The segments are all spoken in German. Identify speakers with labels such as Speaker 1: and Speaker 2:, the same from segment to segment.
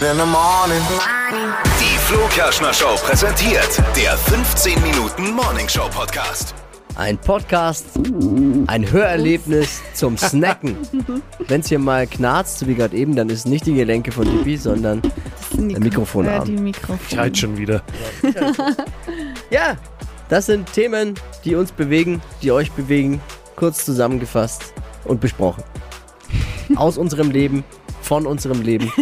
Speaker 1: in the morning.
Speaker 2: Die Flo Kerschner Show präsentiert der 15 Minuten Morning Show Podcast.
Speaker 3: Ein Podcast, ein Hörerlebnis zum Snacken. Wenn es hier mal knarzt, wie gerade eben, dann ist nicht die Gelenke von Tippi, sondern der
Speaker 4: Ja,
Speaker 3: Mikrofonarm.
Speaker 4: äh, die Mikrofon.
Speaker 5: Halt schon wieder.
Speaker 3: Ja, das sind Themen, die uns bewegen, die euch bewegen, kurz zusammengefasst und besprochen. Aus unserem Leben, von unserem Leben,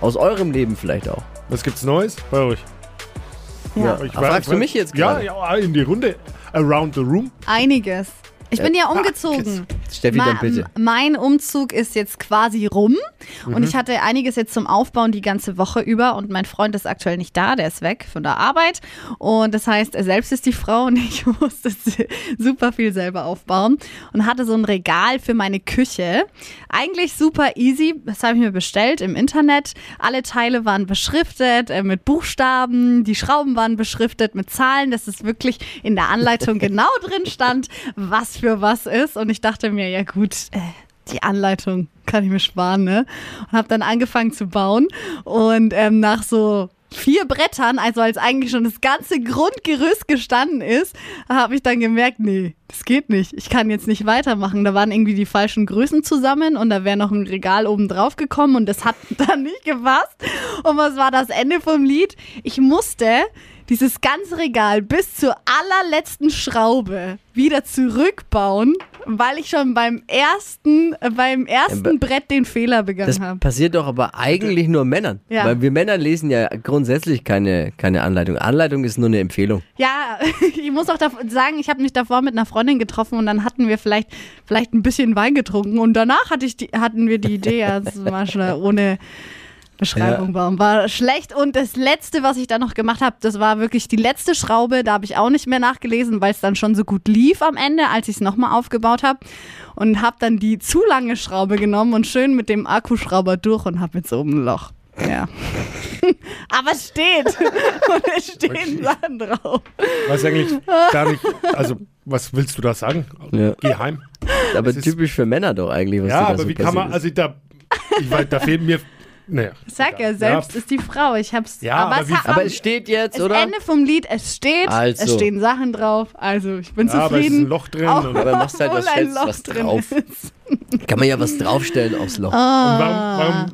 Speaker 3: aus eurem Leben vielleicht auch.
Speaker 5: Was gibt's Neues bei euch?
Speaker 4: Ja.
Speaker 5: Ich
Speaker 3: Ah, fragst du mich jetzt
Speaker 5: ja,
Speaker 3: gerade?
Speaker 5: ja, ah, in die Runde. Around the room.
Speaker 4: Einiges. Ich bin ja umgezogen.
Speaker 3: Steffi, dann
Speaker 4: Ma-
Speaker 3: bitte.
Speaker 4: Mein Umzug ist jetzt quasi rum und ich hatte einiges jetzt zum Aufbauen die ganze Woche über und mein Freund ist aktuell nicht da, der ist weg von der Arbeit und das heißt, er selbst ist die Frau und ich musste s- super viel selber aufbauen und hatte so ein Regal für meine Küche. Eigentlich super easy, das habe ich mir bestellt im Internet. Alle Teile waren beschriftet äh, mit Buchstaben, die Schrauben waren beschriftet mit Zahlen, dass es wirklich in der Anleitung genau drin stand, was für was ist und ich dachte mir, ja gut, äh, die Anleitung kann ich mir sparen, ne? Und habe dann angefangen zu bauen und ähm, nach so vier Brettern, also als eigentlich schon das ganze Grundgerüst gestanden ist, habe ich dann gemerkt, nee, das geht nicht. Ich kann jetzt nicht weitermachen. Da waren irgendwie die falschen Größen zusammen und da wäre noch ein Regal oben drauf gekommen und das hat dann nicht gepasst. Und was war das Ende vom Lied? Ich musste dieses ganze Regal bis zur allerletzten Schraube wieder zurückbauen, weil ich schon beim ersten, äh, beim ersten
Speaker 3: aber-
Speaker 4: Brett den Fehler begangen
Speaker 3: Das
Speaker 4: habe.
Speaker 3: passiert doch aber eigentlich nur Männern.
Speaker 4: Ja.
Speaker 3: Weil wir Männer lesen ja grundsätzlich keine, keine Anleitung. Anleitung ist nur eine Empfehlung.
Speaker 4: Ja, ich muss auch dav- sagen, ich habe mich davor mit einer Freundin getroffen und dann hatten wir vielleicht, vielleicht ein bisschen Wein getrunken und danach hatte ich die, hatten wir die Idee, ja, das war schon ohne Beschreibung bauen. War schlecht und das letzte, was ich dann noch gemacht habe, das war wirklich die letzte Schraube, da habe ich auch nicht mehr nachgelesen, weil es dann schon so gut lief am Ende, als ich es nochmal aufgebaut habe und habe dann die zu lange Schraube genommen und schön mit dem Akkuschrauber durch und habe jetzt oben ein Loch. Ja. Aber es steht. Und es stehen Sachen drauf.
Speaker 5: Was eigentlich gar nicht. Also, was willst du da sagen?
Speaker 3: Ja.
Speaker 5: Geheim.
Speaker 3: Aber
Speaker 5: ist-
Speaker 3: typisch für Männer doch eigentlich, was
Speaker 5: Ja,
Speaker 3: dir da
Speaker 5: aber
Speaker 3: so
Speaker 5: wie kann man.
Speaker 3: passiert ist.
Speaker 5: Also, da. Ich weiß, da fehlt mir. Naja.
Speaker 4: Sag ja, selbst ist die Frau. Ich hab's.
Speaker 5: Ja, aber
Speaker 4: es
Speaker 5: wie-
Speaker 4: hat-
Speaker 3: aber es steht jetzt,
Speaker 4: das
Speaker 3: oder?
Speaker 4: Ende vom Lied, es steht,
Speaker 3: Also.
Speaker 4: es stehen Sachen drauf. Also ich bin
Speaker 5: Ja, aber es ist
Speaker 4: zufrieden.
Speaker 5: ein Loch drin.
Speaker 4: Auch-
Speaker 5: Und,
Speaker 3: Aber machst halt was,
Speaker 4: Obwohl ein
Speaker 3: stellst
Speaker 4: Loch
Speaker 3: was
Speaker 4: drin
Speaker 3: drauf. Kann man ja was draufstellen aufs Loch.
Speaker 4: Ah.
Speaker 5: und warum, warum,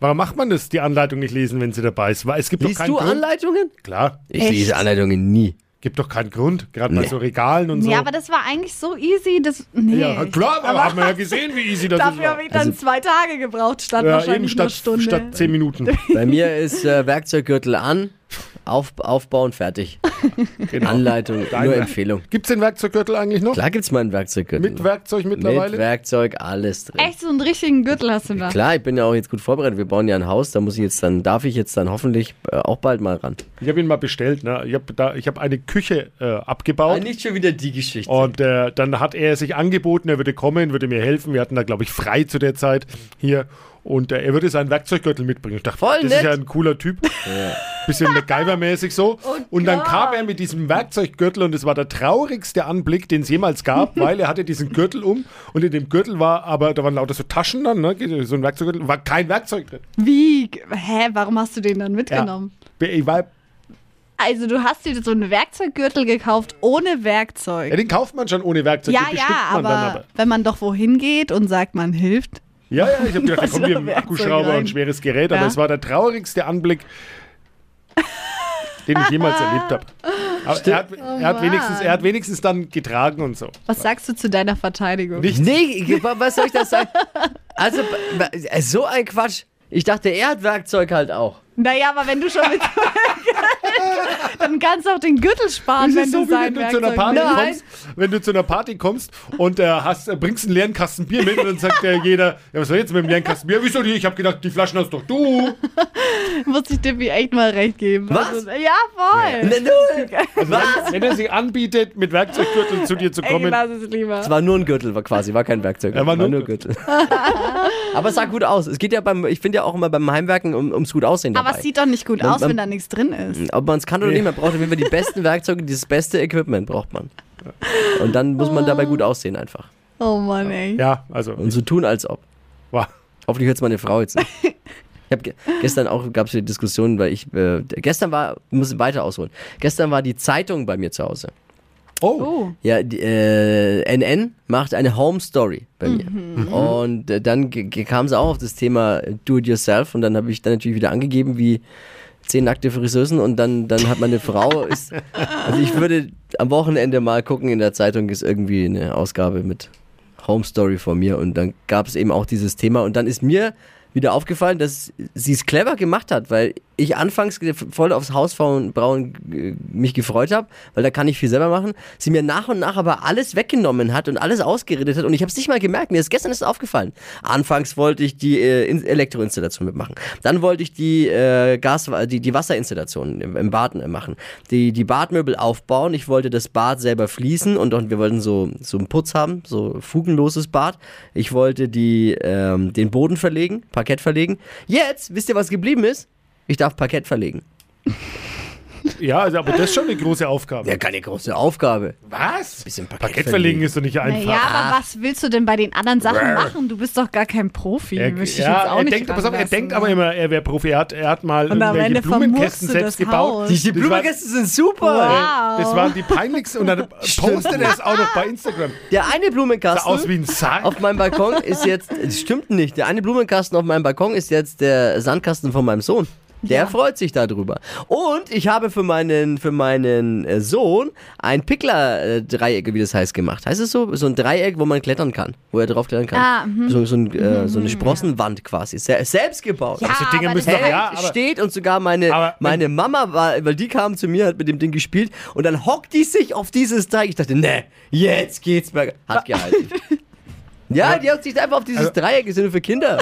Speaker 5: warum macht man das, die Anleitung nicht lesen, wenn sie dabei ist? Weil es gibt doch
Speaker 3: Liest
Speaker 5: keinen
Speaker 3: du
Speaker 5: Grund.
Speaker 3: Anleitungen?
Speaker 5: Klar,
Speaker 3: Ich
Speaker 4: Echt?
Speaker 3: lese Anleitungen nie.
Speaker 5: gibt doch keinen Grund. Gerade bei
Speaker 3: Nee.
Speaker 5: so Regalen und so.
Speaker 4: Ja, aber das war eigentlich so easy. Das, nee.
Speaker 5: Ja, klar, aber haben wir ja gesehen, wie easy das ist.
Speaker 4: Dafür habe ich dann zwei Tage gebraucht, statt
Speaker 5: Also- ja, eben
Speaker 4: wahrscheinlich einer
Speaker 5: statt,
Speaker 4: Stunde.
Speaker 5: statt zehn Minuten.
Speaker 3: Bei mir ist äh, Werkzeuggürtel an, auf, aufbauen, fertig.
Speaker 5: Genau.
Speaker 3: Anleitung, nur Empfehlung.
Speaker 5: Gibt es den Werkzeuggürtel eigentlich noch?
Speaker 3: Klar gibt's meinen Werkzeuggürtel.
Speaker 5: Mit Werkzeug mittlerweile?
Speaker 3: Mit Werkzeug, alles drin.
Speaker 4: Echt so einen richtigen Gürtel hast du da.
Speaker 3: Klar, ich bin ja auch jetzt gut vorbereitet. Wir bauen ja ein Haus, da muss ich jetzt dann, darf ich jetzt dann hoffentlich äh, auch bald mal ran.
Speaker 5: ich habe ihn mal bestellt. Ne? Ich habe da, ich hab eine Küche äh, abgebaut.
Speaker 3: nicht schon wieder die Geschichte.
Speaker 5: und äh, dann hat er sich angeboten, er würde kommen, würde mir helfen. Wir hatten da, glaube ich, frei zu der Zeit hier. Und äh, er würde seinen Werkzeuggürtel mitbringen. Ich dachte,
Speaker 3: Voll
Speaker 5: das
Speaker 3: nett. Oh
Speaker 5: ist ja ein cooler Typ. Bisschen MacGyver-mäßig so. und dann
Speaker 4: Gott.
Speaker 5: kam er mit diesem Werkzeuggürtel und es war der traurigste Anblick, den es jemals gab, weil er hatte diesen Gürtel um und in dem Gürtel war, aber da waren lauter so Taschen dann, ne? so ein Werkzeuggürtel, war kein Werkzeug drin.
Speaker 4: Wie? Hä, warum hast du den dann
Speaker 5: Ja.
Speaker 4: mitgenommen?
Speaker 5: Ich war
Speaker 4: Also du hast dir so einen Werkzeuggürtel gekauft ohne
Speaker 5: Ja,
Speaker 4: Werkzeug.
Speaker 5: den kauft man schon ohne Werkzeug.
Speaker 4: Ja,
Speaker 5: den
Speaker 4: ja,
Speaker 5: bestückt man
Speaker 4: aber,
Speaker 5: Dann aber.
Speaker 4: wenn man doch wohin geht und sagt, man hilft.
Speaker 5: Ja, ja, ich habe gedacht, da kommt hier ein
Speaker 4: Werkzeug
Speaker 5: Akkuschrauber
Speaker 4: rein.
Speaker 5: und ein schweres Gerät, aber
Speaker 4: Ja.
Speaker 5: es war der traurigste Anblick, den ich jemals erlebt habe. Aber er hat, er,
Speaker 4: Oh
Speaker 5: hat wenigstens, er hat wenigstens dann getragen und so.
Speaker 4: Was sagst du zu deiner Verteidigung?
Speaker 5: Nicht-
Speaker 3: Nee, ich- wa- was soll ich das sagen? Also, ba- ba- so ein Quatsch. Ich dachte, er hat Werkzeug halt auch.
Speaker 4: Naja, aber wenn du schon mit. dann kannst du auch den Gürtel sparen,
Speaker 5: Das
Speaker 4: wenn
Speaker 5: ist
Speaker 4: du
Speaker 5: so, wie wenn
Speaker 4: sein
Speaker 5: du, zu einer
Speaker 4: Werkzeug
Speaker 5: Party
Speaker 4: nimmst.
Speaker 5: kommst, wenn du zu einer Party kommst und äh, hast, äh, bringst einen leeren Kasten Bier mit und dann sagt äh, jeder, ja, was soll jetzt mit dem leeren Kasten Bier? Wieso die? Ich habe gedacht, die Flaschen hast doch du.
Speaker 4: Muss ich Dippy echt mal recht geben.
Speaker 3: Was?
Speaker 4: Also, ja, voll.
Speaker 3: Nee, Ne, null.
Speaker 5: Wenn, wenn er sich anbietet, mit Werkzeuggürtel zu dir zu
Speaker 4: Ey,
Speaker 5: kommen,
Speaker 4: lass es lieber.
Speaker 3: Es war nur ein Gürtel, war quasi, war kein Werkzeug.
Speaker 5: Ja, war nur ein
Speaker 3: Gürtel. Aber es sah gut aus. Es geht ja beim, ich finde ja auch immer beim Heimwerken um, ums gut aussehen dabei.
Speaker 4: Aber es sieht doch nicht gut
Speaker 3: Man-
Speaker 4: aus, wenn
Speaker 3: man-
Speaker 4: da nichts drin ist.
Speaker 3: Ob man es kann oder nicht, man braucht auf jeden Fall die besten Werkzeuge, dieses beste Equipment braucht man. Und dann muss man dabei gut aussehen einfach.
Speaker 4: Oh Mann, ey.
Speaker 5: ja, also
Speaker 3: Und so tun, als ob.
Speaker 5: war.
Speaker 3: Hoffentlich hört es meine Frau jetzt nicht. Ich hab ge gestern auch gab es wieder Diskussionen, weil ich äh, gestern war, muss ich weiter ausholen. Gestern war die Zeitung bei mir zu Hause.
Speaker 5: Oh,
Speaker 4: Oh.
Speaker 3: Ja, die, äh, NN macht eine Home Story bei mir. Und äh, dann ge- ge- kam sie auch auf das Thema äh, Do It Yourself und dann habe ich dann natürlich wieder angegeben, wie zehn nackte Friseusen und dann, dann hat meine Frau ist. Also ich würde am Wochenende mal gucken, in der Zeitung ist irgendwie eine Ausgabe mit Home Story von mir und dann gab es eben auch dieses Thema und dann ist mir wieder aufgefallen, dass sie es clever gemacht hat, weil ich anfangs ge- voll aufs Hausfrauen Brauen, äh, mich gefreut habe, weil da kann ich viel selber machen. Sie mir nach und nach aber alles weggenommen hat und alles ausgeredet hat und ich habe es nicht mal gemerkt. Mir ist gestern ist es aufgefallen. Anfangs wollte ich die äh, In- Elektroinstallation mitmachen, dann wollte ich die äh, Gas die, die Wasserinstallation im, im Bad äh, machen, die die Badmöbel aufbauen. Ich wollte das Bad selber fließen und, und wir wollten so so einen Putz haben, so fugenloses Bad. Ich wollte die ähm, den Boden verlegen, Parkett verlegen. Jetzt wisst ihr was geblieben ist? Ich darf Parkett verlegen.
Speaker 5: ja, also, aber das ist schon eine große Aufgabe.
Speaker 3: Ja, keine große Aufgabe.
Speaker 5: Was?
Speaker 3: Bisschen Parkett
Speaker 5: Parkett verlegen ist doch nicht einfach.
Speaker 4: Naja, aber was willst du denn bei den anderen Sachen machen? Du bist doch gar kein Profi.
Speaker 5: Er,
Speaker 4: Möchte ich
Speaker 5: ja,
Speaker 4: jetzt auch
Speaker 5: er,
Speaker 4: nicht
Speaker 5: denkt, pass auf, er
Speaker 4: ranlassen. ne?
Speaker 5: denkt aber immer, er wäre Profi. Er hat, er hat mal
Speaker 4: Und am
Speaker 5: irgendwelche
Speaker 4: Ende vermurkst du
Speaker 5: Blumenkästen
Speaker 4: das
Speaker 5: selbst gebaut.
Speaker 4: Haus.
Speaker 3: Die, die
Speaker 5: Das war-
Speaker 3: Blumenkästen sind super.
Speaker 4: Wow.
Speaker 5: Das waren die peinlichsten. Und dann postet er es auch noch bei Instagram.
Speaker 3: Der eine
Speaker 5: Sah
Speaker 3: Blumenkasten
Speaker 5: aus wie ein Sarg.
Speaker 3: auf meinem Balkon ist jetzt, das stimmt nicht, der eine Blumenkasten auf meinem Balkon ist jetzt der Sandkasten von meinem Sohn. Der freut sich darüber. Und ich habe für meinen, für meinen äh, Sohn ein Pickler-Dreieck, wie das heißt, gemacht. Heißt es so? So ein Dreieck, wo man klettern kann, wo er drauf klettern kann.
Speaker 4: Ah, mhm.
Speaker 3: so, so, ein, äh, so eine Sprossenwand quasi. Se selbst gebaut.
Speaker 4: Ja,
Speaker 5: Also Dinge
Speaker 4: Ah, aber
Speaker 5: müssen
Speaker 4: das-
Speaker 5: doch-
Speaker 3: Hä?
Speaker 5: ja, aber-
Speaker 3: steht und sogar meine,
Speaker 5: Aber-
Speaker 3: meine Mama war, weil die kam zu mir, hat mit dem Ding gespielt und dann hockt die sich auf dieses Dreieck. Ich dachte, ne, jetzt geht's berg. Hat gehalten. ja, die hat sich einfach auf dieses
Speaker 5: Also-
Speaker 3: Dreieck gesehen für Kinder.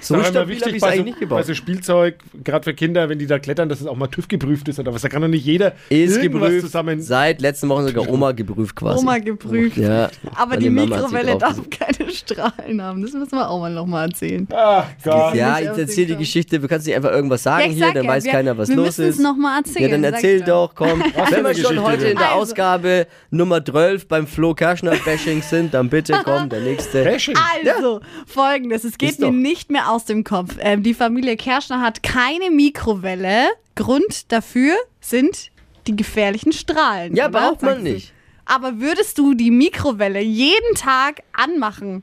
Speaker 3: So
Speaker 5: Sag einmal,
Speaker 3: stabil habe ich es
Speaker 5: bei so,
Speaker 3: eigentlich nicht
Speaker 5: bei
Speaker 3: gebaut.
Speaker 5: so Spielzeug, gerade für Kinder, wenn die da klettern, dass es auch mal TÜV geprüft ist oder was. Da kann doch nicht jeder
Speaker 3: Ist
Speaker 5: irgendwas
Speaker 3: geprüft.
Speaker 5: zusammen.
Speaker 3: Seit letzten Wochen sogar Oma geprüft quasi.
Speaker 4: Oma geprüft.
Speaker 3: ja,
Speaker 4: Aber
Speaker 3: meine
Speaker 4: die
Speaker 3: Mama hat sie
Speaker 4: Mikrowelle
Speaker 3: drauf
Speaker 4: darf keine Strahlen haben. Das müssen wir auch mal nochmal erzählen.
Speaker 5: Ach Gott.
Speaker 3: Ja,
Speaker 4: nicht
Speaker 3: ich
Speaker 4: aus
Speaker 3: erzähl
Speaker 4: dem
Speaker 3: die
Speaker 4: Kopf.
Speaker 3: Geschichte. Du kannst nicht einfach irgendwas sagen
Speaker 4: ich
Speaker 3: hier,
Speaker 4: sag
Speaker 3: dann
Speaker 4: ja,
Speaker 3: weiß
Speaker 4: wir-
Speaker 3: keiner, was
Speaker 4: wir
Speaker 3: los
Speaker 4: müssen es
Speaker 3: ist.
Speaker 4: nochmal erzählen.
Speaker 3: Ja, dann
Speaker 4: sag
Speaker 3: erzähl
Speaker 4: ich doch.
Speaker 3: doch, komm.
Speaker 5: für
Speaker 3: Wenn
Speaker 5: eine
Speaker 3: wir schon
Speaker 5: Geschichte
Speaker 3: heute in der
Speaker 4: denn? Also
Speaker 3: Ausgabe Nummer 12 beim Flo Kerschner Bashing sind, dann bitte komm, der nächste.
Speaker 5: Bashing.
Speaker 4: Also, folgendes, es geht
Speaker 3: Ist
Speaker 4: mir
Speaker 3: doch.
Speaker 4: nicht mehr aus dem Kopf. Ähm, die Familie Kerschner hat keine Mikrowelle. Grund dafür sind die gefährlichen Strahlen.
Speaker 3: Ja,
Speaker 4: oder?
Speaker 3: braucht man
Speaker 4: Sagst du.
Speaker 3: nicht.
Speaker 4: Aber würdest du die Mikrowelle jeden Tag anmachen?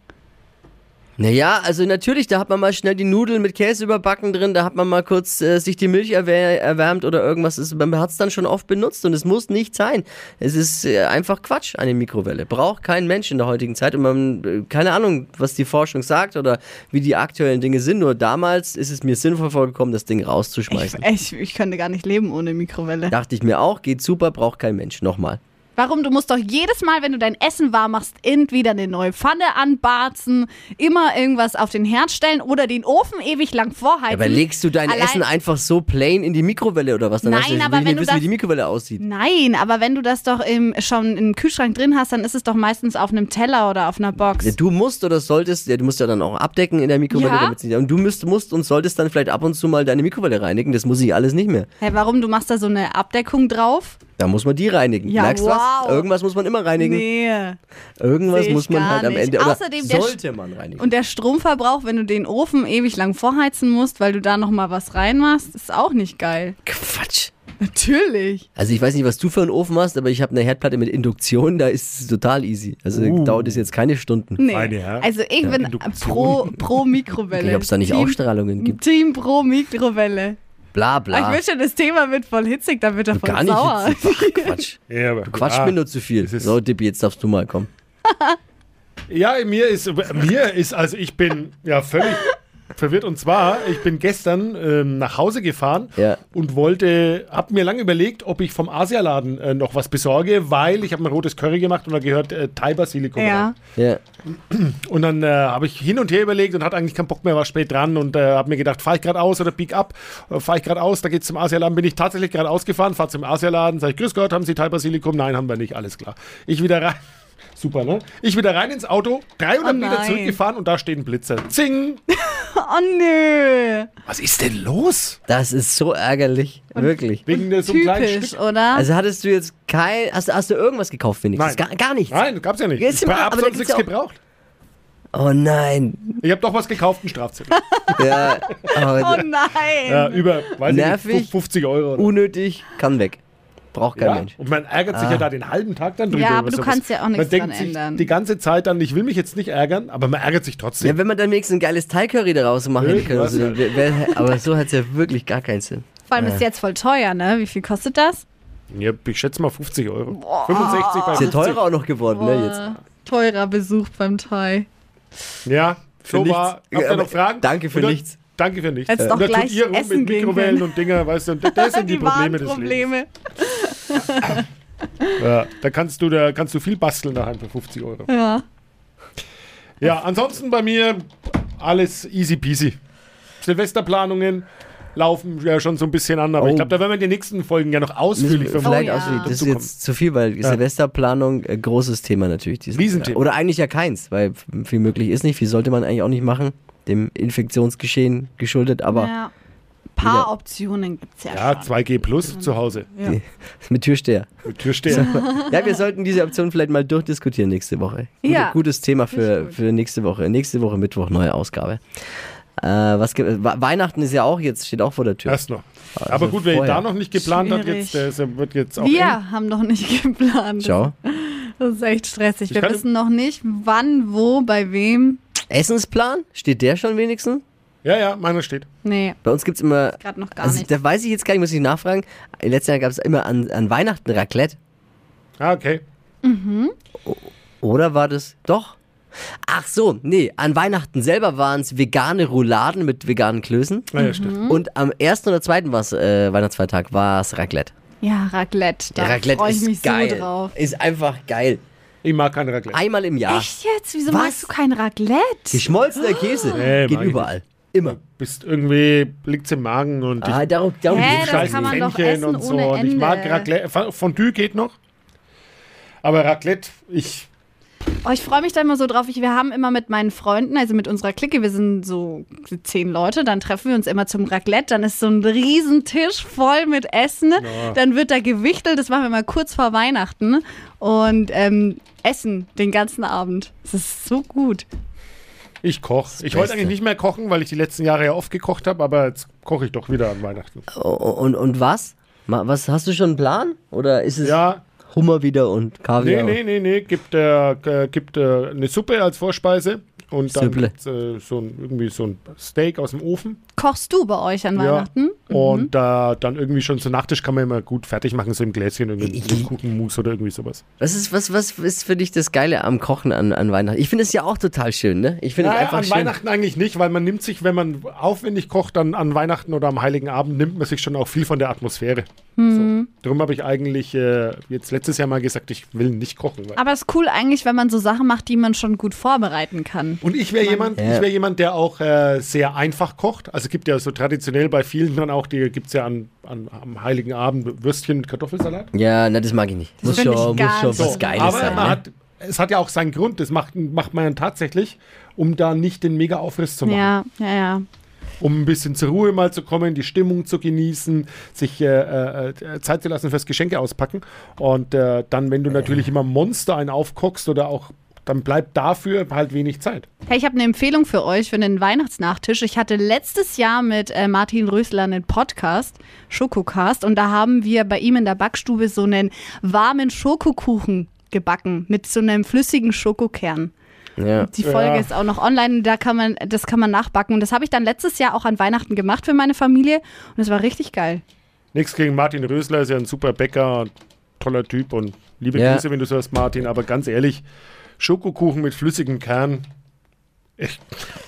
Speaker 3: Naja, also natürlich, da hat man mal schnell die Nudeln mit Käse überbacken drin, da hat man mal kurz äh, sich die Milch erwär erwärmt oder irgendwas. Ist, man hat es dann schon oft benutzt und es muss nicht sein. Es ist äh, einfach Quatsch, eine Mikrowelle. Braucht kein Mensch in der heutigen Zeit und man, äh, keine Ahnung, was die Forschung sagt oder wie die aktuellen Dinge sind. Nur damals ist es mir sinnvoll vorgekommen, das Ding
Speaker 4: Ich,
Speaker 3: rauszuschmeißen.
Speaker 4: ich, ich könnte gar nicht leben ohne Mikrowelle.
Speaker 3: Dachte ich mir auch, geht super, braucht kein Mensch. Nochmal.
Speaker 4: Warum? Du musst doch jedes Mal, wenn du dein Essen warm machst, entweder eine neue Pfanne anbarzen, immer irgendwas auf den Herd stellen oder den Ofen ewig lang vorheizen.
Speaker 3: Aber legst du dein
Speaker 4: Äh, Allein-
Speaker 3: Essen einfach so plain in die Mikrowelle oder was? Dann
Speaker 4: Nein,
Speaker 3: hast du, will
Speaker 4: aber
Speaker 3: ich
Speaker 4: wenn
Speaker 3: nicht
Speaker 4: du
Speaker 3: wissen, wie
Speaker 4: das-
Speaker 3: die Mikrowelle aussieht.
Speaker 4: Nein, aber wenn du das doch im, schon im Kühlschrank drin hast, dann ist es doch meistens auf einem Teller oder auf einer
Speaker 3: Ja,
Speaker 4: Box.
Speaker 3: du musst oder solltest, ja, du musst ja dann auch abdecken in der Mikrowelle,
Speaker 4: Ja.
Speaker 3: damit sie nicht. Und du müsst, musst und solltest dann vielleicht ab und zu mal deine Mikrowelle reinigen. Das muss ich alles nicht mehr.
Speaker 4: Hey, warum? Du machst da so eine Abdeckung drauf?
Speaker 3: Da muss man die reinigen.
Speaker 4: Ja,
Speaker 3: Merkst du was?
Speaker 4: wow.
Speaker 3: Irgendwas muss man immer reinigen.
Speaker 4: Nee.
Speaker 3: Irgendwas
Speaker 4: Seh ich
Speaker 3: muss man
Speaker 4: gar
Speaker 3: halt am
Speaker 4: nicht.
Speaker 3: Ende. Oder
Speaker 4: Außerdem der
Speaker 3: sollte man reinigen.
Speaker 4: Und der Stromverbrauch, wenn du den Ofen ewig lang vorheizen musst, weil du da nochmal was reinmachst, ist auch nicht geil.
Speaker 3: Quatsch.
Speaker 4: Natürlich.
Speaker 3: Also ich weiß nicht, was du für einen Ofen hast, aber ich habe eine Herdplatte mit Induktion, da ist es total easy. Also
Speaker 5: Uh.
Speaker 3: dauert es jetzt keine Stunden.
Speaker 4: Nee.
Speaker 5: Meine Herren.
Speaker 4: Also ich bin
Speaker 5: Induktion.
Speaker 4: pro, pro
Speaker 3: Ich
Speaker 4: Mikrowelle.
Speaker 3: glaube, es da nicht
Speaker 4: Team,
Speaker 3: Ausstrahlungen gibt.
Speaker 4: Team pro Mikrowelle.
Speaker 3: Bla
Speaker 4: Aber
Speaker 3: bla.
Speaker 4: Ah, Ich wünsche, das Thema wird voll hitzig, dann wird er voll
Speaker 3: Gar nicht.
Speaker 4: sauer.
Speaker 3: Ach, Quatsch.
Speaker 5: Ja, aber-
Speaker 3: Quatsch
Speaker 5: Ah.
Speaker 3: mir nur zu viel.
Speaker 5: es ist-
Speaker 3: So, Dippi, jetzt darfst du mal kommen.
Speaker 5: Ja, mir ist, mir ist, also ich bin ja völlig verwirrt. Und zwar, ich bin gestern ähm, nach Hause gefahren
Speaker 3: Ja.
Speaker 5: und wollte, hab mir lange überlegt, ob ich vom Asialaden äh, noch was besorge, weil ich habe ein rotes Curry gemacht und da gehört äh, Thai Basilikum rein.
Speaker 4: Ja.
Speaker 3: Ja.
Speaker 5: Und dann äh, habe ich hin und her überlegt und hatte eigentlich keinen Bock mehr, war spät dran und äh, habe mir gedacht, fahre ich gerade aus oder bieg ab, äh, fahre ich gerade aus, da geht's zum Asialaden. Bin ich tatsächlich gerade ausgefahren, fahre zum Asialaden, sage ich, grüß Gott, haben Sie Thai Basilikum? Nein, haben wir nicht, alles klar. Ich wieder rein. Super, ne? Ich wieder rein ins Auto, 300
Speaker 4: Oh
Speaker 5: Meter
Speaker 4: nein.
Speaker 5: zurückgefahren und da steht ein Blitzer. Zing!
Speaker 4: Oh nö.
Speaker 5: Was ist denn los?
Speaker 3: Das ist so ärgerlich. Wirklich.
Speaker 5: Wegen der so einem kleinen
Speaker 4: Typisch,
Speaker 5: Stück.
Speaker 4: oder?
Speaker 3: Also hattest du jetzt kein. Hast, hast du irgendwas gekauft wenigstens?
Speaker 5: Nein.
Speaker 3: Gar, gar nichts.
Speaker 5: Nein, gab's ja nicht.
Speaker 3: Jetzt
Speaker 5: Ich
Speaker 3: im Ra-
Speaker 5: hab
Speaker 3: aber da
Speaker 5: sonst
Speaker 3: gibt's
Speaker 5: nichts
Speaker 3: ja auch-
Speaker 5: gebraucht.
Speaker 3: Oh nein.
Speaker 5: Ich habe doch was gekauft, einen Strafzettel.
Speaker 3: Ja,
Speaker 4: Oh
Speaker 3: aber
Speaker 4: nein.
Speaker 5: ja, über, weiß ich
Speaker 3: Nervig.
Speaker 5: nicht, 50 Euro. Oder?
Speaker 3: unnötig, kann weg. Braucht kein
Speaker 5: Ja,
Speaker 3: Mensch. Ah.
Speaker 5: und man ärgert sich ja da den halben Tag dann drüber.
Speaker 4: Ja,
Speaker 5: über
Speaker 4: aber du
Speaker 5: sowas.
Speaker 4: kannst ja auch nichts
Speaker 5: Man denkt
Speaker 4: dran
Speaker 5: sich
Speaker 4: ändern.
Speaker 5: die ganze Zeit dann, ich will mich jetzt nicht ärgern, aber man ärgert sich trotzdem.
Speaker 3: Ja, wenn man dann wenigstens ein geiles Thai-Curry daraus machen
Speaker 5: Ich
Speaker 3: hätte können.
Speaker 5: weiß
Speaker 3: So,
Speaker 5: nicht.
Speaker 3: wär- wär- also aber so hat es ja wirklich gar keinen Sinn.
Speaker 4: Vor allem ist jetzt voll teuer, ne? Wie viel kostet das?
Speaker 5: Ja, ich schätze mal 50 Euro. 65 bei
Speaker 3: Ist ja
Speaker 5: 50.
Speaker 3: teurer auch noch geworden, ne, jetzt.
Speaker 4: Boah, Äh, Teurer Besuch beim Thai.
Speaker 5: Ja, so
Speaker 3: nichts.
Speaker 5: war. Habt ihr
Speaker 3: Aber
Speaker 5: noch Fragen?
Speaker 3: danke für
Speaker 5: Und dann-
Speaker 3: nichts.
Speaker 5: Danke für nichts.
Speaker 4: Hättest
Speaker 5: Und
Speaker 4: doch
Speaker 5: dann
Speaker 4: gleich
Speaker 5: tut ihr rum
Speaker 4: essen
Speaker 5: mit
Speaker 4: gehen
Speaker 5: Mikrowellen
Speaker 4: können.
Speaker 5: und Dinger, weißt du, und das sind die, Probleme des Lebens.
Speaker 4: Probleme.
Speaker 5: Ja, da kannst du da kannst du viel basteln daheim für 50 Euro.
Speaker 4: Ja.
Speaker 5: Ja, ansonsten bei mir alles easy peasy. Silvesterplanungen laufen ja schon so ein bisschen an, aber
Speaker 3: Oh.
Speaker 5: ich glaube, da werden wir in den nächsten Folgen ja noch ausführlich
Speaker 3: Müssen wir vielleicht
Speaker 4: Oh ja.
Speaker 3: ausführlich. Das ist
Speaker 5: dazu kommen.
Speaker 3: jetzt zu viel, weil Silvesterplanung, äh, großes Thema natürlich. Dieses
Speaker 5: Riesenthema.
Speaker 3: Oder eigentlich ja keins, weil f- viel möglich ist nicht, viel sollte man eigentlich auch nicht machen. Dem Infektionsgeschehen geschuldet, aber
Speaker 4: ja. Paar Optionen gibt's ja,
Speaker 5: Ja,
Speaker 4: schon.
Speaker 5: 2G plus zu Hause.
Speaker 3: die- mit Türsteher.
Speaker 5: Mit Türsteher.
Speaker 3: Ja, wir sollten diese Option vielleicht mal durchdiskutieren nächste Woche. Gute,
Speaker 4: Ja.
Speaker 3: Gutes Thema für,
Speaker 4: Finde ich gut.
Speaker 3: für nächste Woche. Nächste Woche Mittwoch neue Ausgabe. Äh, was gibt, Wa- Weihnachten ist ja auch jetzt, steht auch vor der Tür.
Speaker 5: Erst noch. Aber gut, wer
Speaker 3: Also vorher.
Speaker 5: da noch nicht geplant hat,
Speaker 4: Schwierig.
Speaker 5: jetzt, äh, so wird jetzt auch.
Speaker 4: Wir haben noch nicht geplant.
Speaker 3: Ciao.
Speaker 4: Das ist echt stressig.
Speaker 5: Ich
Speaker 4: Wir
Speaker 5: kann-
Speaker 4: wissen noch nicht, wann, wo, bei wem.
Speaker 3: Essensplan? Steht der schon wenigstens?
Speaker 5: eng. Ja, ja, meiner steht.
Speaker 4: Nee,
Speaker 3: Bei uns gibt es immer.
Speaker 4: gerade noch gar
Speaker 3: Also,
Speaker 4: nicht.
Speaker 3: da weiß ich jetzt gar nicht, muss ich nachfragen. Letztes Jahr gab es immer an, an Weihnachten Raclette.
Speaker 5: Ah, okay.
Speaker 3: Oder war das doch? Ach so, nee, an Weihnachten selber waren es vegane Rouladen mit veganen Klößen.
Speaker 5: Ah, ja, stimmt.
Speaker 4: Mhm.
Speaker 3: Und am ersten oder zweiten war's, äh, Weihnachtsfeiertag war es Raclette.
Speaker 4: Ja, Raclette. Da freue ich mich so drauf.
Speaker 3: Ist einfach geil.
Speaker 5: Ich mag keine Raclette.
Speaker 3: Einmal im Jahr.
Speaker 4: Echt jetzt? Wieso
Speaker 3: Was?
Speaker 4: magst du kein Raclette?
Speaker 3: Geschmolzener Käse
Speaker 4: Ah.
Speaker 5: Nee,
Speaker 3: geht
Speaker 5: mag ich
Speaker 3: überall. Immer.
Speaker 5: Bist irgendwie, liegt's im Magen und
Speaker 3: Ah, darum, darum
Speaker 4: Hä,
Speaker 3: geht's
Speaker 4: das
Speaker 3: gar
Speaker 5: scheiß
Speaker 4: kann man
Speaker 3: nicht.
Speaker 4: doch
Speaker 5: Pfännchen
Speaker 4: essen
Speaker 5: und so.
Speaker 4: ohne
Speaker 5: Und ich mag
Speaker 4: Ende.
Speaker 5: Raclette. Fa- Fondue geht noch. Aber Raclette, ich.
Speaker 4: Oh, ich freue mich da immer so drauf. Ich, wir haben immer mit meinen Freunden, also mit unserer Clique, wir sind so zehn Leute, dann treffen wir uns immer zum Raclette. Dann ist so ein Riesentisch voll mit Essen. Dann wird da gewichtelt. Das machen wir mal kurz vor Weihnachten. Und ähm, essen den ganzen Abend. Das ist so gut.
Speaker 5: Ich koche. Ich wollte
Speaker 3: Beste.
Speaker 5: eigentlich nicht mehr kochen, weil ich die letzten Jahre ja oft gekocht habe, aber jetzt koche ich doch wieder an Weihnachten.
Speaker 3: Und, Oh, und, und was? Ma- Was hast du schon einen Plan? Oder ist es
Speaker 5: Ja,
Speaker 3: Hummer wieder und
Speaker 5: nee,
Speaker 3: Kaviar?
Speaker 5: nee, nee, nee. Gibt, äh, äh, gibt äh, eine Suppe als Vorspeise und dann
Speaker 3: Süpple.
Speaker 5: gibt's, äh, so ein, irgendwie so ein Steak aus dem Ofen.
Speaker 4: Kochst du bei euch an Weihnachten?
Speaker 5: Ja. Und äh, dann irgendwie schon zum Nachtisch kann man immer gut fertig machen, so im Gläschen, irgendwie
Speaker 3: Ich-
Speaker 5: mit Kuchenmus oder irgendwie sowas.
Speaker 3: Was ist, was, was ist für dich das Geile am Kochen an, an Weihnachten? Ich finde es ja auch total schön, ne? Ich finde es
Speaker 5: Naja,
Speaker 3: einfach
Speaker 5: an
Speaker 3: schön.
Speaker 5: Weihnachten eigentlich nicht, weil man nimmt sich, wenn man aufwendig kocht, dann an Weihnachten oder am Heiligen Abend nimmt man sich schon auch viel von der Atmosphäre. So. Darum habe ich eigentlich äh, jetzt letztes Jahr mal gesagt, ich will nicht kochen. Weil
Speaker 4: Aber es ist cool eigentlich, wenn man so Sachen macht, die man schon gut vorbereiten kann.
Speaker 5: und ich wäre jemand,
Speaker 3: Ja.
Speaker 5: ich wäre jemand, der auch äh, sehr einfach kocht. Also gibt ja so traditionell bei vielen dann auch, die gibt es ja an, an, am Heiligen Abend Würstchen mit Kartoffelsalat.
Speaker 3: Ja, ne, das mag ich nicht. muss schon,
Speaker 4: find ich
Speaker 3: muss
Speaker 4: gar
Speaker 3: schon
Speaker 4: nicht.
Speaker 3: was
Speaker 4: So,
Speaker 3: Geiles
Speaker 5: aber
Speaker 3: sein.
Speaker 5: man
Speaker 3: Ne?
Speaker 5: hat, es hat ja auch seinen Grund. Das macht, macht man ja tatsächlich, um da nicht den Mega-Aufriss zu machen.
Speaker 4: Ja, ja, ja.
Speaker 5: um ein bisschen zur Ruhe mal zu kommen, die Stimmung zu genießen, sich äh, äh, äh, Zeit zu lassen fürs Geschenke auspacken. Und äh, dann, wenn du natürlich immer Monster einen aufkochst oder auch, dann bleibt dafür halt wenig Zeit.
Speaker 4: Hey, ich habe eine Empfehlung für euch für einen Weihnachtsnachtisch. Ich hatte letztes Jahr mit äh, Martin Rösler einen Podcast, Schokocast, und da haben wir bei ihm in der Backstube so einen warmen Schokokuchen gebacken mit so einem flüssigen Schokokern.
Speaker 3: Ja.
Speaker 4: Die Folge
Speaker 5: Ja.
Speaker 4: ist auch noch online, da kann man, das kann man nachbacken. Und das habe ich dann letztes Jahr auch an Weihnachten gemacht für meine Familie und das war richtig geil.
Speaker 5: Nichts gegen Martin Rösler, ist ja ein super Bäcker, ein toller Typ und liebe
Speaker 3: Ja.
Speaker 5: Grüße, wenn du so hast, Martin. Aber ganz ehrlich, Schokokuchen mit flüssigem Kern,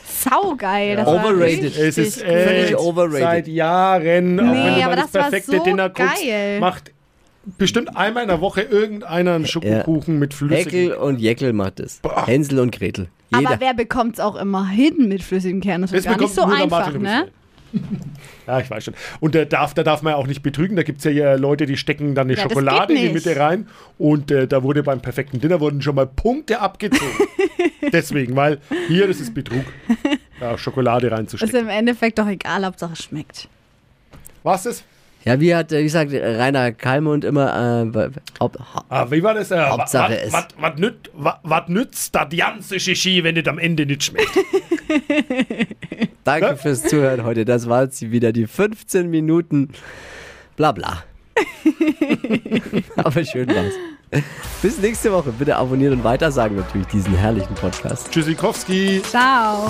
Speaker 4: Saugeil. Das
Speaker 3: Overrated.
Speaker 4: War
Speaker 5: es ist
Speaker 4: richtig
Speaker 5: echt
Speaker 3: Völlig overrated.
Speaker 5: seit Jahren, auch
Speaker 4: Nee,
Speaker 5: wenn du mal
Speaker 4: aber
Speaker 5: das,
Speaker 4: das war
Speaker 5: perfekte
Speaker 4: so
Speaker 5: Dinner guckst,
Speaker 4: geil.
Speaker 5: macht bestimmt einmal in der Woche irgendeiner einen Schokokuchen mit flüssigem
Speaker 3: Häckel und Jeckel macht es. Hänsel und Gretel. Jeder.
Speaker 4: Aber wer bekommt es auch immer hin mit flüssigem Kern? Das ist gar
Speaker 5: Das
Speaker 4: nicht
Speaker 5: bekommt
Speaker 4: so
Speaker 5: nur der
Speaker 4: einfach,
Speaker 5: Martin
Speaker 4: ne?
Speaker 5: Rüssel. Ja, ich weiß schon. Und da darf, da darf man ja auch nicht betrügen. Da gibt es ja hier Leute, die stecken dann eine
Speaker 4: Ja, das
Speaker 5: Schokolade
Speaker 4: geht
Speaker 5: in die
Speaker 4: nicht.
Speaker 5: Mitte rein. Und äh, da wurde beim perfekten Dinner wurden schon mal Punkte abgezogen. Deswegen, weil hier, das ist Betrug, da Schokolade
Speaker 4: Ist Also-
Speaker 5: reinzustecken.
Speaker 4: im Endeffekt doch egal, Hauptsache es schmeckt.
Speaker 5: Was ist?
Speaker 3: Ja, wie hat, äh, wie gesagt, Rainer Kalmund immer, äh, wa- haupt- ha-
Speaker 5: Ah, wie war das? Äh,
Speaker 3: Hauptsache
Speaker 5: wat-
Speaker 3: es-
Speaker 5: wat- wat nüt- wa- wat nützt das ganze Shishi, wenn das am Ende nicht schmeckt?
Speaker 3: danke fürs Zuhören heute. Das war jetzt wieder die 15 Minuten. Bla bla. Aber schön war's. Bis nächste Woche. Bitte abonnieren und weitersagen natürlich diesen herrlichen Podcast.
Speaker 5: Tschüssikowski.
Speaker 4: Ciao.